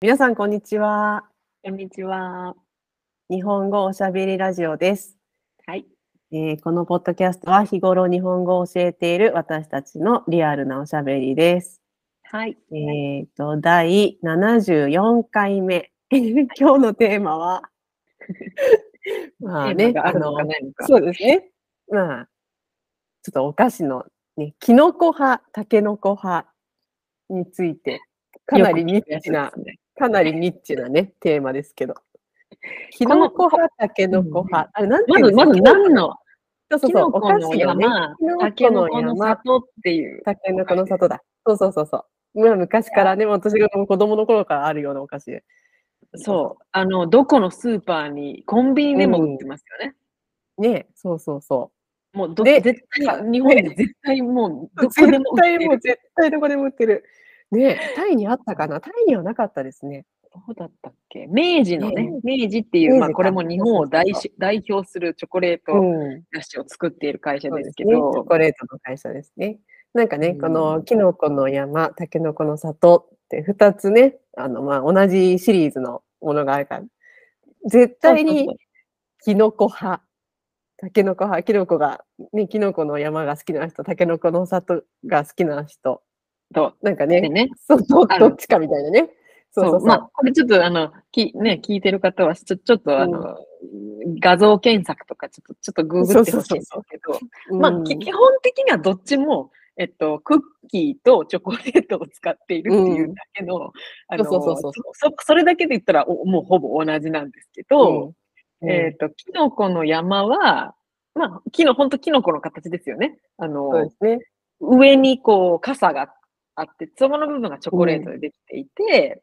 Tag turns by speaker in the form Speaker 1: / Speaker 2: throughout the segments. Speaker 1: 皆さん、こんにちは。
Speaker 2: こんにちは。
Speaker 1: 日本語おしゃべりラジオです。
Speaker 2: はい。
Speaker 1: えーこのポッドキャストは日頃日本語を教えている私たちのリアルなおしゃべりです。
Speaker 2: はい。
Speaker 1: えっ、と、第74回目。 今日のテーマは、 まあね
Speaker 2: テーマ、があるの
Speaker 1: の
Speaker 2: かないのか。
Speaker 1: そうですね。まあ、ちょっとお菓子の、ね、キノコ派、タケノコ派について、かなりニッチな、かなりニッチな ね、テーマですけど。キ
Speaker 2: この
Speaker 1: ノコ派、タケノコ派。あれ、なんてい
Speaker 2: ま
Speaker 1: うん
Speaker 2: ず、
Speaker 1: ですか
Speaker 2: まず何の
Speaker 1: そうそ
Speaker 2: キ
Speaker 1: うそう、
Speaker 2: ノ
Speaker 1: お
Speaker 2: コ
Speaker 1: 菓子
Speaker 2: の
Speaker 1: のね、
Speaker 2: 山、タ
Speaker 1: キ
Speaker 2: ケ
Speaker 1: ノ
Speaker 2: ノ
Speaker 1: コの
Speaker 2: コ
Speaker 1: 山
Speaker 2: の里っていう。
Speaker 1: タケノコの里だ。そうそうそうそう。まあ、昔からね、私が子供の頃からあるようなお菓子で。
Speaker 2: そう。あの、どこのスーパーに、コンビニでも売ってますよね。
Speaker 1: う。ねそうそうそ
Speaker 2: もうど、
Speaker 1: で
Speaker 2: 絶対、日本で絶対も
Speaker 1: う。
Speaker 2: う、どこでも
Speaker 1: 絶
Speaker 2: 売っ
Speaker 1: 対
Speaker 2: て
Speaker 1: もう、
Speaker 2: る。
Speaker 1: 絶対どこでも売ってる。ねタイにあったかなタイにはなかったですね。
Speaker 2: どうだったっけ明治のね、明治って
Speaker 1: 明治
Speaker 2: い
Speaker 1: か
Speaker 2: う、まあ、これも日本を代
Speaker 1: そう
Speaker 2: し代表するチョコレート
Speaker 1: うん。
Speaker 2: 菓子を作っている会社
Speaker 1: そう
Speaker 2: で
Speaker 1: ですす
Speaker 2: け
Speaker 1: ね。チョ
Speaker 2: ど、
Speaker 1: コレートの会社ですね。なんかね、
Speaker 2: うん
Speaker 1: このキノコの山、タケノコの里って2つね、あのまあ同じシリーズのものがあるから、絶対にキノコ派、タケノコ派、キノコが、ね、キノコの山が好きな人、タケノコの里が好きな人、
Speaker 2: と、
Speaker 1: なんか
Speaker 2: で
Speaker 1: ね、
Speaker 2: ね、
Speaker 1: そうど
Speaker 2: あ
Speaker 1: ど
Speaker 2: る
Speaker 1: っちかみたいなね。そうそうそう。
Speaker 2: まあ、これちょっとあの、きね、聞いてる方は、ちょちょっとあの、画像検索とか、ちょっと、ちょっとググってほしいんですけど、
Speaker 1: うん
Speaker 2: まあ、き基本的にはどっちも、えっと、クッキーとチョコレートを使っているっていうだけの、あの
Speaker 1: そうそうそうそう
Speaker 2: そそれだけで言ったらおもうほぼ同じなんですけど、
Speaker 1: うん
Speaker 2: えっと、キノコの山は、まあ、キノ、本当キノコの形ですよね。あの、
Speaker 1: そうですね。
Speaker 2: 上にこう傘があって、そこの部分がチョコレートでできていて、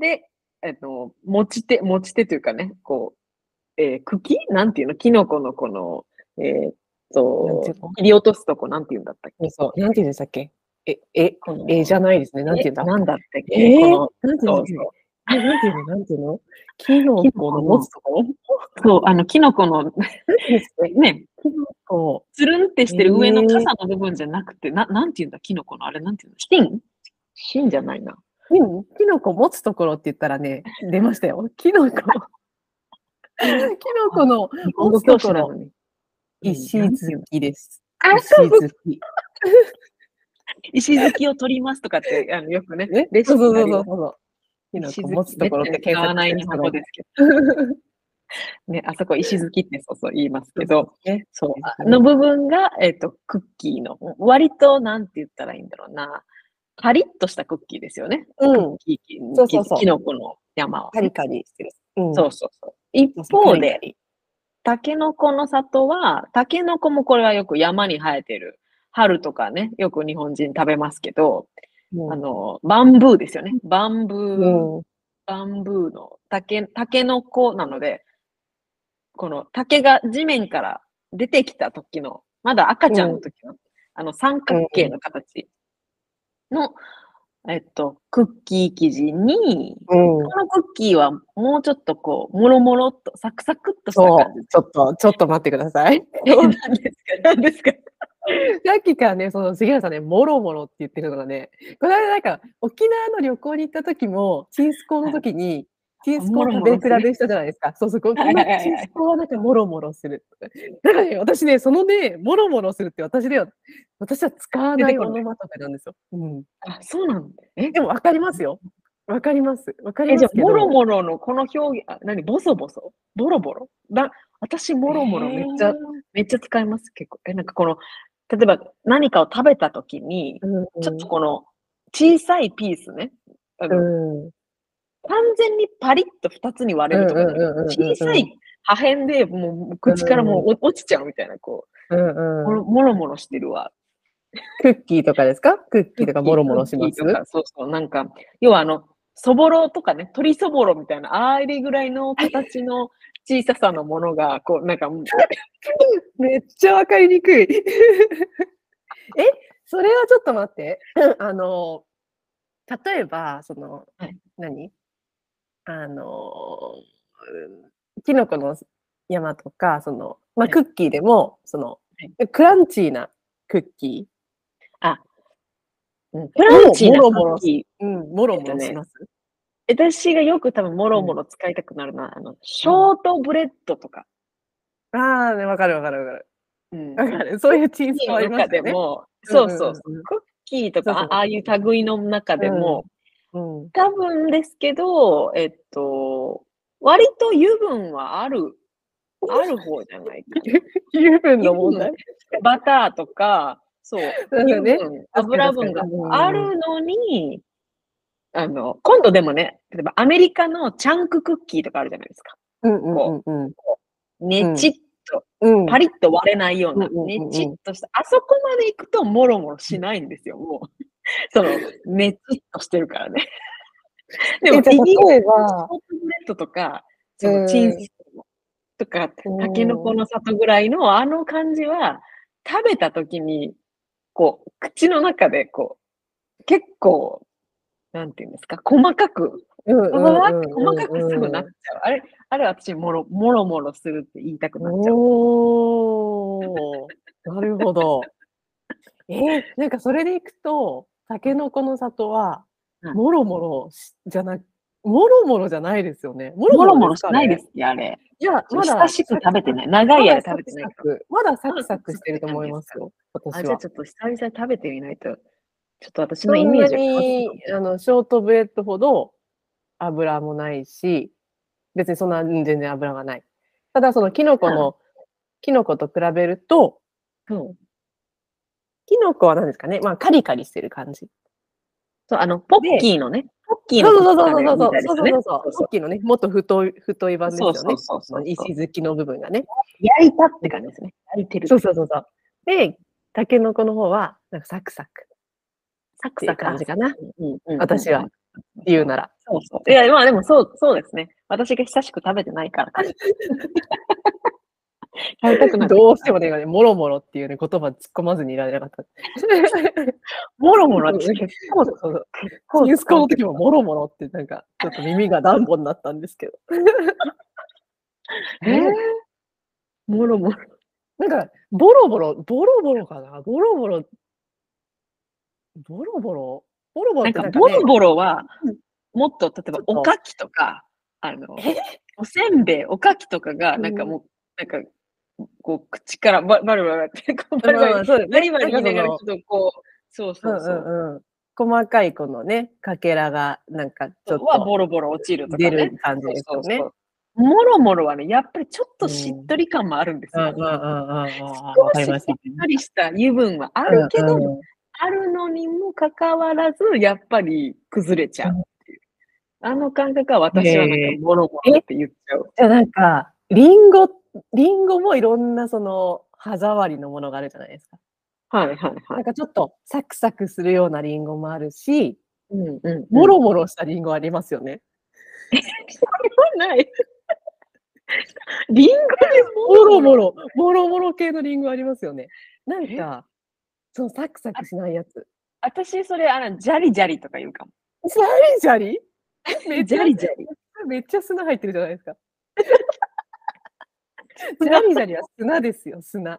Speaker 2: で、えっと、持ち手、持ち手というかね、こう、えー茎なんていうのキノコのこの、えーっ
Speaker 1: なんてい
Speaker 2: と
Speaker 1: うの、
Speaker 2: 切り落とすとこなんていうんだったっけ
Speaker 1: そうそう。なんて言うんでしたっけえ、え、
Speaker 2: この
Speaker 1: えじゃないですね。なんて言うんだ
Speaker 2: えなんだったっけ、
Speaker 1: えー
Speaker 2: こ
Speaker 1: なんてい
Speaker 2: の、
Speaker 1: うの
Speaker 2: そうそう。
Speaker 1: えなんていうのなんていうのキノ
Speaker 2: キ
Speaker 1: コ
Speaker 2: ノコ
Speaker 1: の
Speaker 2: の
Speaker 1: 持
Speaker 2: 持
Speaker 1: つ
Speaker 2: つとこそう、あの、キノコ の、ね、
Speaker 1: キノコ。
Speaker 2: つるんってしてる上
Speaker 1: え
Speaker 2: の
Speaker 1: ー
Speaker 2: 傘の部分じゃなくて、な、なんていうんだキノコのあれ、なんていうんだ芯芯じゃないな。
Speaker 1: うんキノコ持つところって言ったらね、出ましたよ。 キノコ。キノコの
Speaker 2: 日本語教師なのに。
Speaker 1: 石
Speaker 2: うん
Speaker 1: づきです。
Speaker 2: あ、
Speaker 1: 石
Speaker 2: そう
Speaker 1: づき。
Speaker 2: 石突きを取りますとかって、あのよくね、
Speaker 1: ね
Speaker 2: レシ
Speaker 1: そ
Speaker 2: ピ
Speaker 1: うそう
Speaker 2: な
Speaker 1: そう
Speaker 2: り
Speaker 1: そうそ
Speaker 2: は
Speaker 1: う。キノ
Speaker 2: 石
Speaker 1: コ
Speaker 2: 突
Speaker 1: 持つところって
Speaker 2: きめったに
Speaker 1: 検
Speaker 2: 使わ
Speaker 1: 索
Speaker 2: な
Speaker 1: し
Speaker 2: い日
Speaker 1: て
Speaker 2: 本
Speaker 1: るの
Speaker 2: 語です
Speaker 1: で。
Speaker 2: けど、ね、あそこ石突きってそうそう言いますけど、
Speaker 1: ね
Speaker 2: そう
Speaker 1: そう
Speaker 2: あの部分が、えっ、と、クッキーの、割と、なんて言ったらいいんだろうな、カリッとしたクッキーですよね。
Speaker 1: う
Speaker 2: ク
Speaker 1: ん
Speaker 2: ッ。キー、
Speaker 1: そうそうそう
Speaker 2: キノコの山は。
Speaker 1: カリカリしてる。うん
Speaker 2: そうそうそう。一方で、。タケノコの里は、タケノコもこれはよく山に生えてる。春とかね、よく日本人食べますけど、あ
Speaker 1: あの、
Speaker 2: の、バンブーですよね。バンブー、
Speaker 1: うん。
Speaker 2: バンブーの、タケ、タケノコなので、この竹が地面から出てきた時の、まだ赤ちゃんの時の、あの三角形の形の、えっと、クッキー生地に、
Speaker 1: うん。
Speaker 2: このクッキーはもうちょっとこう、もろもろっと、サクサクっとした
Speaker 1: そう
Speaker 2: 感じ。。
Speaker 1: ちょっと、ちょっと待ってください。
Speaker 2: え何ですか何ですか
Speaker 1: さっきからね、その杉原さんね、もろもろって言ってるのがね、この間なんか沖縄の旅行に行った時も、チンスコの時に、チンスコを
Speaker 2: もろ
Speaker 1: 食
Speaker 2: もろ
Speaker 1: べ
Speaker 2: する
Speaker 1: 比べしたじゃないですか。そうそう、このチ
Speaker 2: はいはいはい
Speaker 1: ンスコはなんかもろもろする。なんかね、私ね、そのね、もろもろするって私では、私は使わな
Speaker 2: 出
Speaker 1: い
Speaker 2: てこ
Speaker 1: オ
Speaker 2: ない
Speaker 1: ノマトペなんですよ。うん、
Speaker 2: あ、そうなんだ。え
Speaker 1: でも分かりますよ。分かります。分かり
Speaker 2: え、
Speaker 1: ます
Speaker 2: じゃあ、
Speaker 1: けど。
Speaker 2: もろもろのこの表現、あ、何、ボソボソボロボロだ、私、もろもろめっちゃ、
Speaker 1: えー
Speaker 2: めっちゃ使います、結構。え、なんかこの、例えば何かを食べたときに、
Speaker 1: うん
Speaker 2: ちょっとこの小さいピースね、あ
Speaker 1: う
Speaker 2: の
Speaker 1: ん。
Speaker 2: 完全にパリッと2つに割れるとかじゃな
Speaker 1: うんうんうんうん
Speaker 2: く
Speaker 1: うんうん
Speaker 2: て、小さい破片でもう口からもうお落ちちゃうみたいな、こう、
Speaker 1: うんう
Speaker 2: も
Speaker 1: ん、
Speaker 2: ろもろもろしてるわ。
Speaker 1: クッキーとかですかクッキーとかもろもろします
Speaker 2: クッキーとかそうそう、なんか、要はあの、そぼろとかね、鶏そぼろみたいな、あれぐらいの形の小ささのものが、こう、なん か、もう
Speaker 1: めっちゃわかりにくい。 え、それはちょっと待って。 あの、例えば、その、
Speaker 2: はい
Speaker 1: 何あの、うんキノコの山とか、その、まあ、
Speaker 2: はい
Speaker 1: クッキーでも、その
Speaker 2: は、
Speaker 1: クランチーなクッキ
Speaker 2: うんクランチーな
Speaker 1: もろもろ
Speaker 2: クッキー
Speaker 1: ー、うん、もろ
Speaker 2: えっとね
Speaker 1: ます。
Speaker 2: え私がよく多分もろもろ使いたくなるのは、あの、ショートブレッドとか。
Speaker 1: ああ、ね、わかるわかるわかる。
Speaker 2: うん。
Speaker 1: わかる。そういうチーズもあり
Speaker 2: の
Speaker 1: ま
Speaker 2: 中
Speaker 1: す
Speaker 2: で
Speaker 1: よね。
Speaker 2: も、
Speaker 1: うんうん
Speaker 2: そう
Speaker 1: うん
Speaker 2: そうそう。クッキーとか、
Speaker 1: そうそうそう
Speaker 2: あああいう類の中でも、
Speaker 1: うん。
Speaker 2: 多分ですけど、えっと、割と油分はある、ある方じゃないかな。
Speaker 1: 油分の問題。
Speaker 2: バターとか、そう、
Speaker 1: そうだ
Speaker 2: 油
Speaker 1: ね
Speaker 2: 分、油分が
Speaker 1: 確かに確かに
Speaker 2: あるのに、あの、今度でもね、例えばアメリカのチャンククッキーとかあるじゃないですか。
Speaker 1: うんうんうんうん。
Speaker 2: ねちっ、
Speaker 1: うん。
Speaker 2: パリッと割れないような、
Speaker 1: うんうんうんうん
Speaker 2: ねちっとした、あそこまで行くともろもろしないんですよ、もう。 その、ねちっとしてるから ね。でも、
Speaker 1: え
Speaker 2: イ
Speaker 1: じ
Speaker 2: ギ
Speaker 1: ゃ
Speaker 2: リ
Speaker 1: あ
Speaker 2: ス
Speaker 1: 例
Speaker 2: のシ
Speaker 1: え
Speaker 2: ョー
Speaker 1: ば
Speaker 2: トブレッドとか、
Speaker 1: う
Speaker 2: そ
Speaker 1: ん
Speaker 2: のチーズとか、たけのこの里ぐらいのあの感じは、食べた時に、こう、口の中で、こう、結構、なんていうんですか、細かく、
Speaker 1: うんうんうんうんうん
Speaker 2: 細かくすぐなっちゃう。あれ、あれ私、もろ、もろもろするって言いたくなっちゃう。
Speaker 1: おお、なるほど。えーなんかそれでいくと、たけのこの里は、
Speaker 2: はい
Speaker 1: もろもろしじゃなく、もろもろじゃないですよね。も
Speaker 2: もろもろしないですすよ、あ
Speaker 1: か
Speaker 2: れ。
Speaker 1: ね。いや、まだ
Speaker 2: 親しく食べてない。長い間食べてないから。
Speaker 1: まだサクサクしてると思いますよ、
Speaker 2: あ、
Speaker 1: 私
Speaker 2: じゃあ
Speaker 1: は。
Speaker 2: ちょっと久々に食べてみないと、ちょっと私
Speaker 1: そ
Speaker 2: のイ
Speaker 1: ん
Speaker 2: メ
Speaker 1: な
Speaker 2: ージが変わって
Speaker 1: にあのショートブレッドほど油もないし、別にそんなうん全然油がない。ただそのキノコの、キノコと比べると、
Speaker 2: くるそう
Speaker 1: キノコは何ですかね、まあ、カリカリしてる感じ。
Speaker 2: そう、あの、ポッキーのね。ポッ
Speaker 1: そう
Speaker 2: キーの
Speaker 1: そう
Speaker 2: パスタ
Speaker 1: そうそうそう
Speaker 2: ねみ
Speaker 1: そう
Speaker 2: たいですよね
Speaker 1: そうそう。さっきのね、もっと太い太い版です
Speaker 2: そ
Speaker 1: よ
Speaker 2: うそう
Speaker 1: ね。
Speaker 2: そうそう。
Speaker 1: 石突きの部分がね。
Speaker 2: 焼いたって感じですね。焼いてる。
Speaker 1: そうそうそうそう。で、タケノコの方はなんかサクサク
Speaker 2: サ
Speaker 1: ってい
Speaker 2: クサ
Speaker 1: う
Speaker 2: ク
Speaker 1: 感じかな。
Speaker 2: うんうんうん
Speaker 1: 私は言うなら。
Speaker 2: そうそう。いや、まあでもそう、そうですね。私が久しく食べてないからか。食べたくなってきた
Speaker 1: どうしてもね、今ねもろもろっていうね、言葉突っ込まずにいられなかった。
Speaker 2: もろもろ私結構、
Speaker 1: そうそう
Speaker 2: 結
Speaker 1: そう。
Speaker 2: 構
Speaker 1: ニュースコの時ももろもろって、なんか、ちょっと耳がダンボになったんですけど。
Speaker 2: えーもろもろ。
Speaker 1: なんか、ボロボロ、ボロボロかなボロボロ、ボロボロボロボロ
Speaker 2: な
Speaker 1: って
Speaker 2: んか
Speaker 1: なんか、ね、
Speaker 2: ボロボロは
Speaker 1: うん、
Speaker 2: もっと例えば
Speaker 1: ちょっと
Speaker 2: おかきとか、あの
Speaker 1: え、
Speaker 2: おせんべい、おかきとかが、なんかもう、なんか、こう、口からババリバリバリって、こうバリ
Speaker 1: ま
Speaker 2: バリ
Speaker 1: あまあそうだね
Speaker 2: バリバリ言いながら、
Speaker 1: な
Speaker 2: ちょ
Speaker 1: ん
Speaker 2: っ
Speaker 1: か
Speaker 2: とこう、そう
Speaker 1: う
Speaker 2: そ
Speaker 1: ん
Speaker 2: うそう。
Speaker 1: うんうん。細かいこのね、かけらが、なんかちょっ
Speaker 2: は
Speaker 1: と
Speaker 2: ボロボロ落ちるとか
Speaker 1: 出
Speaker 2: ね
Speaker 1: る。感じですよね。
Speaker 2: もろもろはね、やっぱりちょっとしっとり感もあるんです
Speaker 1: うんう
Speaker 2: よ。
Speaker 1: んうんうんうん。わ
Speaker 2: 少
Speaker 1: かり
Speaker 2: しし
Speaker 1: ま
Speaker 2: っ
Speaker 1: した。
Speaker 2: とりした油分はあるけど、
Speaker 1: うんうん
Speaker 2: あるのにもかかわらず、やっぱり崩れちゃうっていう。あの感覚は私はなん
Speaker 1: へえ
Speaker 2: か、もろもろって言っちゃう。
Speaker 1: じゃあなんか、リンゴ、リンゴもいろんなその歯触りのものがあるじゃないですか。
Speaker 2: はいはいは
Speaker 1: ないん。かちょっとサクサクするようなリンゴもあるし、
Speaker 2: うんうん。
Speaker 1: もろもろしたリンゴありますよね。
Speaker 2: ない。リンゴで
Speaker 1: もろもろ、もろもろ系のリンゴありますよね。なん
Speaker 2: え
Speaker 1: か、そのサクサクしないやつ。
Speaker 2: 私、それ、あの、ジャリジャリとか言うかも。
Speaker 1: ジャリジャリめっち
Speaker 2: ジャ
Speaker 1: ゃ
Speaker 2: リジャリ。
Speaker 1: めっちゃ砂入ってるじゃない ですか。ジャリジャリは砂ですよ、砂。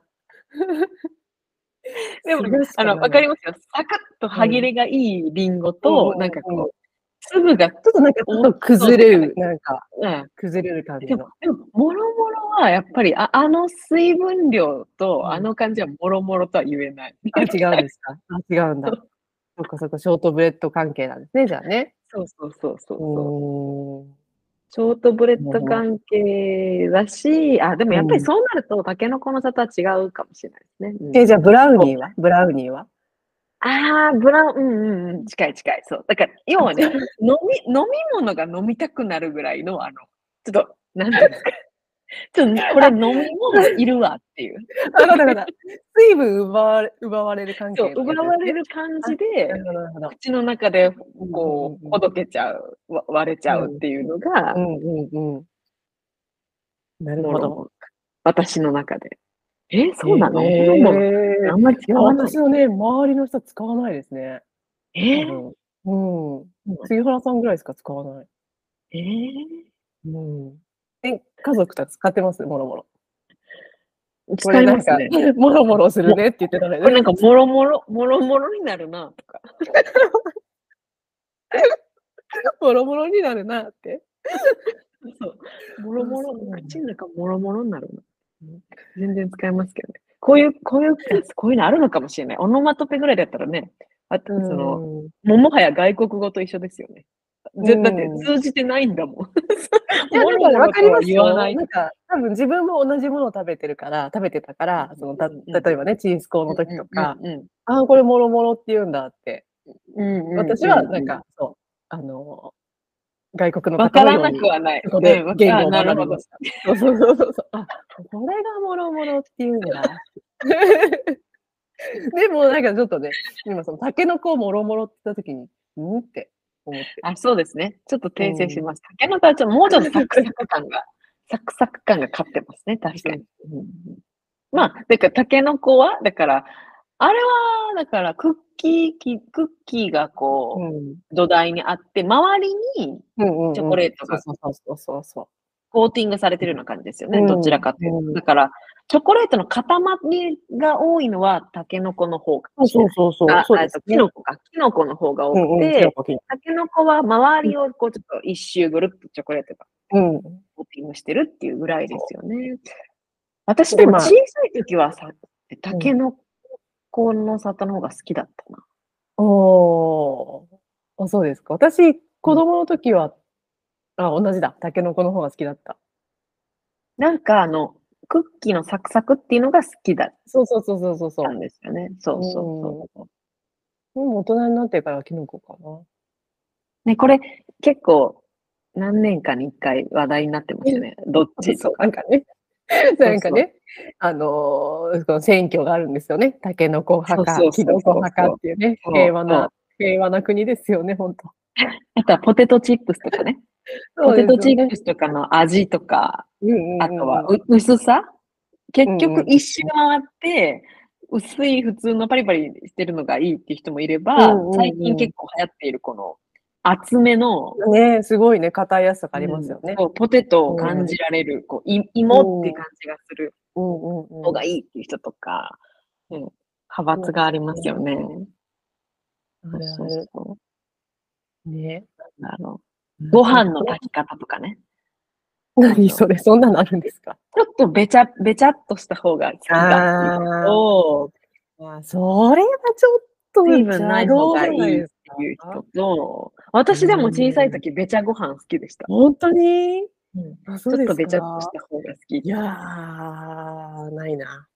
Speaker 2: でも
Speaker 1: 砂し、か
Speaker 2: あ
Speaker 1: ない
Speaker 2: の、わかりますよ。サクッと歯切れがいいリンゴと、
Speaker 1: うん
Speaker 2: なんかこう、粒が、
Speaker 1: ちょっとなんかちょっと崩れる、なんか
Speaker 2: うん。
Speaker 1: 崩れる感じ
Speaker 2: で
Speaker 1: の
Speaker 2: も。、でももろもろは、やっぱり、ああの水分量
Speaker 1: う
Speaker 2: と、
Speaker 1: ん
Speaker 2: あの感じはもろもろとは言えない。
Speaker 1: あ、違うんです かあ、違うんだ。そっかそっか、ショートブレッド関係なんですね、じゃあね。
Speaker 2: そうそうそうそう
Speaker 1: う
Speaker 2: そう。
Speaker 1: ーん。
Speaker 2: ショートブレッド関係だし、あ、でもやっぱりそうなると、タケノコの里は違うかもしれないですね。うん
Speaker 1: え、じゃあ、ブラウニーはブラウニーは
Speaker 2: ああ、ブラウン、うんうんうん、近い近い。そう。だから、要 はね、飲み、飲み物が飲みたくなるぐらいの、あの、ちょっと、なんていう んですか。ちょっと、これ飲み物いるわっていう。
Speaker 1: あ、わかったわかった。水分奪われ奪われる関係
Speaker 2: そ
Speaker 1: の
Speaker 2: う、
Speaker 1: やつですね
Speaker 2: 奪われる感じで
Speaker 1: な、るほど、なるほど。
Speaker 2: 口の中で、
Speaker 1: うん
Speaker 2: こ
Speaker 1: うんう
Speaker 2: う、
Speaker 1: ん
Speaker 2: ほどけちゃう、わ割れちゃうっていうのが
Speaker 1: う、んうんうん。なる
Speaker 2: も
Speaker 1: ほ
Speaker 2: ろ
Speaker 1: ど。
Speaker 2: もろ私の中で。え、そうなの
Speaker 1: え
Speaker 2: もろもろ
Speaker 1: ー
Speaker 2: あんまり
Speaker 1: い
Speaker 2: 使
Speaker 1: や、
Speaker 2: わない
Speaker 1: 私。のね、周りの人は使わないですね。
Speaker 2: え
Speaker 1: 多
Speaker 2: ー
Speaker 1: 分。うん。
Speaker 2: そうなんだ
Speaker 1: 杉原さんぐらいしか使わない。
Speaker 2: えー
Speaker 1: うん。え、家族とか使ってますもろも ろ。
Speaker 2: 使いますね
Speaker 1: こ。 れなんか。もろもろするねって言ってたの
Speaker 2: これ
Speaker 1: で。
Speaker 2: なんか、もろもろ、もろもろになるな、とか。
Speaker 1: ボロボロになるなって。
Speaker 2: そう。もろも
Speaker 1: あそうな
Speaker 2: ろ、
Speaker 1: んだ
Speaker 2: 口の中もろもろになるな。全然使えますけどね。こういう、こういう、こういうのあるのかもしれない。オノマトペぐらいだったらね、あと、その、
Speaker 1: うん
Speaker 2: もうもはや外国語と一緒ですよね。ぜだって
Speaker 1: うん
Speaker 2: 通じてないんだもん。
Speaker 1: いや、
Speaker 2: も
Speaker 1: で
Speaker 2: ろ
Speaker 1: も
Speaker 2: もろ
Speaker 1: 分かります
Speaker 2: 言わ
Speaker 1: よ。
Speaker 2: ない
Speaker 1: なんか、多分自分も同じものを食べてるから、食べてたから、そのた
Speaker 2: うんうん
Speaker 1: 例えばね、チーズコーンの時とか、
Speaker 2: うんうん
Speaker 1: ああ、これもろもろって言うんだって。
Speaker 2: うんうんうん
Speaker 1: 私は、なんか、そう、あのー、外国の
Speaker 2: わ
Speaker 1: 方の
Speaker 2: から
Speaker 1: よう
Speaker 2: な
Speaker 1: に
Speaker 2: くはない。
Speaker 1: そこで
Speaker 2: うんわ
Speaker 1: 言語
Speaker 2: あ
Speaker 1: を
Speaker 2: な
Speaker 1: 学
Speaker 2: る
Speaker 1: び
Speaker 2: ほど
Speaker 1: ました。そうそうそうそうそう。あ、これがもろもろっていうんだ。 でも、なんかちょっとね、今その、タケノコもろもろって言った時に、うんって思って。
Speaker 2: あ、そうですね。ちょっと訂正します。竹のはちょっともうちょっとサクサク 感が、サクサク感が勝ってますね。確かに。まあ、だから、タケノコは、だから、あれは、だから、クッキーき、クッキーがこ
Speaker 1: ん。
Speaker 2: う、土台にあって、周りに
Speaker 1: うんうん
Speaker 2: チョコレートが
Speaker 1: そうそうそうそうそう。
Speaker 2: コーティングされてるような感じですよ
Speaker 1: う
Speaker 2: ね。
Speaker 1: ん
Speaker 2: どちらかという
Speaker 1: う
Speaker 2: と。
Speaker 1: ん
Speaker 2: だから、チョコレートの塊が多いのは、タケノコの方が。
Speaker 1: そうそうそうそう。
Speaker 2: あ
Speaker 1: そう
Speaker 2: あ
Speaker 1: で
Speaker 2: と
Speaker 1: す
Speaker 2: キノコか。キノコの方が多
Speaker 1: うん
Speaker 2: く
Speaker 1: うん、
Speaker 2: て、
Speaker 1: コ
Speaker 2: タケノコは周りをこうちょっと一周ぐるっとチョコレートが
Speaker 1: うん。
Speaker 2: コーティングしてるっていうぐらいですよね。私で
Speaker 1: ま
Speaker 2: も
Speaker 1: あ
Speaker 2: 小さい時はさ、タケノコの里の方が好きだったな。
Speaker 1: おーあ、そうですか。私、子供の時は、あ、同じだ。タケノコの方が好きだった。
Speaker 2: なんかあの、クッキーのサクサクっていうのが好きだっ
Speaker 1: そうそうそうそうそうそ
Speaker 2: た
Speaker 1: う。
Speaker 2: んですよね。そうそうそう。
Speaker 1: もう大人になってからキノコかな。
Speaker 2: ね、これ結構何年かに一回話題になってますよね。どっちと
Speaker 1: な
Speaker 2: か
Speaker 1: ん。かね。なんかね、あのーこの選挙があるんですよね。タケノコ派か
Speaker 2: そう、そ
Speaker 1: キ
Speaker 2: うそうそ
Speaker 1: ノコ
Speaker 2: う
Speaker 1: 派かっていうね、
Speaker 2: そう
Speaker 1: 平和
Speaker 2: そう
Speaker 1: な、平和な国ですよね、本当。
Speaker 2: あとはポテトチップスとかね。ポテトチップスとかの味とか、
Speaker 1: うんうん
Speaker 2: あ
Speaker 1: うん
Speaker 2: とはう薄さ結
Speaker 1: うんう
Speaker 2: 局
Speaker 1: ん
Speaker 2: 一周回って、薄い普通のパリパリしてるのがいいっていう人もいれば、
Speaker 1: うんうんうん
Speaker 2: 最近結構流行っているこの厚めの、
Speaker 1: ねすごいね、硬いやつとかありますよ
Speaker 2: う
Speaker 1: ね
Speaker 2: ん。そうポテトを感じられる、こうい芋って感じがする
Speaker 1: うんうんうん
Speaker 2: 方がいいっていう人とか、うん、派閥がありますよね。
Speaker 1: あるあ
Speaker 2: そう
Speaker 1: る
Speaker 2: そう
Speaker 1: ね。
Speaker 2: あのご飯の炊き方とかね。
Speaker 1: 何それ、そんなのあるんですか
Speaker 2: ちょっとべちゃ、べちゃっとした方が好きだっていう人と、
Speaker 1: あそれはちょっと
Speaker 2: 水分ない方がい
Speaker 1: 邪道じゃないで
Speaker 2: っ
Speaker 1: すか
Speaker 2: ていう人と、私でも小さい時べちゃご飯好きでした。
Speaker 1: 本当にあ
Speaker 2: ち
Speaker 1: そう
Speaker 2: ょ
Speaker 1: です
Speaker 2: っと
Speaker 1: か
Speaker 2: べちゃっとした方が好き。
Speaker 1: いやー、ないな。ないな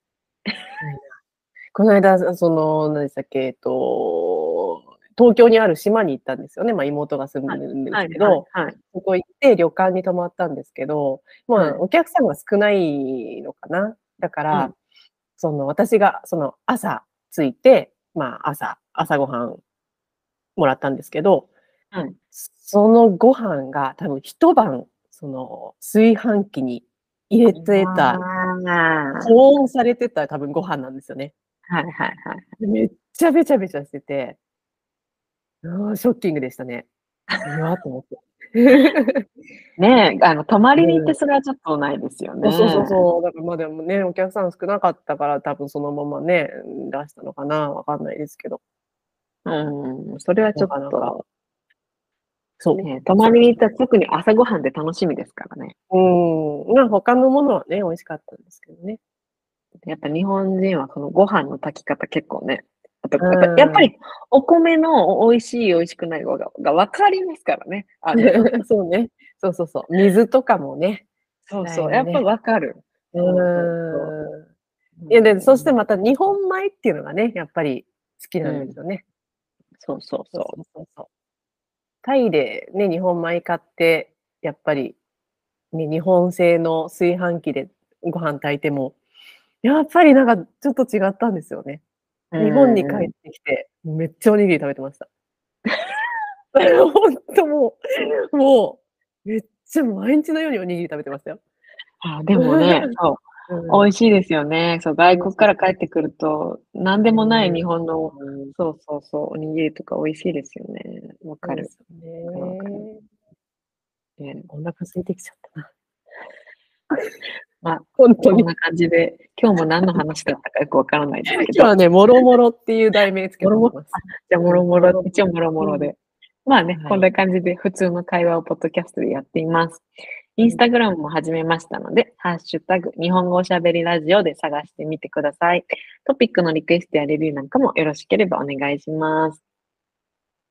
Speaker 1: この間、その、何でしたっけ、えっと、東京にある島に行ったんですよね。まあ、妹が住んでるんです
Speaker 2: はい、
Speaker 1: けど、
Speaker 2: はい、はい。
Speaker 1: そこ行って旅館に泊まったんですけど、まあ
Speaker 2: は、い
Speaker 1: お客さんが少ないのかな。だから、
Speaker 2: うん
Speaker 1: その私がその朝着いて、まあ朝、朝ごはんもらったんですけど、
Speaker 2: はい
Speaker 1: そのご飯が多分一晩、その炊飯器に入れてた、
Speaker 2: はい、
Speaker 1: 保温されてた多分ご飯なんですよね。
Speaker 2: はい、はい。
Speaker 1: めっちゃべちゃべちゃしてて、うわショッキングでしたね。うわーと思って。
Speaker 2: ねえ、あの、泊まりに行ってそれはちょっとないですよね。
Speaker 1: そうそうそうそう。だからまあでもね、お客さん少なかったから、多分そのままね、出したのかな、わかんないですけど。
Speaker 2: う。うん、それはちょっ
Speaker 1: なかな
Speaker 2: と、
Speaker 1: そう。
Speaker 2: ねえ、泊まりに行ったら特に朝ごはんで楽しみですからね。
Speaker 1: うん。まあ他のものはね、美味しかったんですけどね。
Speaker 2: やっぱ日本人はこのご飯の炊き方結構ね、あと
Speaker 1: うん
Speaker 2: やっぱりお米の美味しい美味しくないがが分かりますからね。あの
Speaker 1: そうね。そうそうそう。水とかもね。
Speaker 2: そうそう、
Speaker 1: だ
Speaker 2: や
Speaker 1: よ
Speaker 2: っ
Speaker 1: ね
Speaker 2: ぱ分かる。
Speaker 1: う。
Speaker 2: そうそうん
Speaker 1: いや、で、そしてまた日本米っていうのがね、やっぱり好きなんですよね。
Speaker 2: そうそう
Speaker 1: そう
Speaker 2: そう。
Speaker 1: そうそうそう。タイでね、日本米買って、やっぱり、ね、日本製の炊飯器でご飯炊いても、やっぱりなんかちょっと違ったんですよね。日本に帰
Speaker 2: うん
Speaker 1: ってきて、めっちゃおにぎり食べてました。 ほんともう、もう、めっちゃ毎日のようにおにぎり食べてましたよ。
Speaker 2: あでもね、そ
Speaker 1: うん
Speaker 2: う美味しいですよね。そう外国から帰ってくると、なんでもない日本の、
Speaker 1: うん
Speaker 2: そうそうそう、おにぎりとか美味しいですよね。分かる。
Speaker 1: そうで
Speaker 2: わか
Speaker 1: す
Speaker 2: る
Speaker 1: よ
Speaker 2: わか
Speaker 1: ね。
Speaker 2: ね
Speaker 1: お腹空いてきちゃった な。
Speaker 2: まあ、
Speaker 1: 本当
Speaker 2: こん
Speaker 1: に。
Speaker 2: な感じで、今日も何の話だったかよく分からないですけ
Speaker 1: 今日
Speaker 2: ど、
Speaker 1: はね、もろもろっていう題名つけて
Speaker 2: もろも
Speaker 1: ます。
Speaker 2: じゃあもろもろ、一応もろもろで。まあね、
Speaker 1: はい
Speaker 2: こんな感じで普通の会話をポッドキャストでやっています。インスタグラムも始めましたので、ハッシュタグ、日本語おしゃべりラジオで探してみてください。トピックのリクエストやレビューなんかもよろしければお願いします。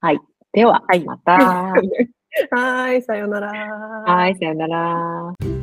Speaker 2: はい。では、また。
Speaker 1: はーい、さようなら。
Speaker 2: はい、さよなら。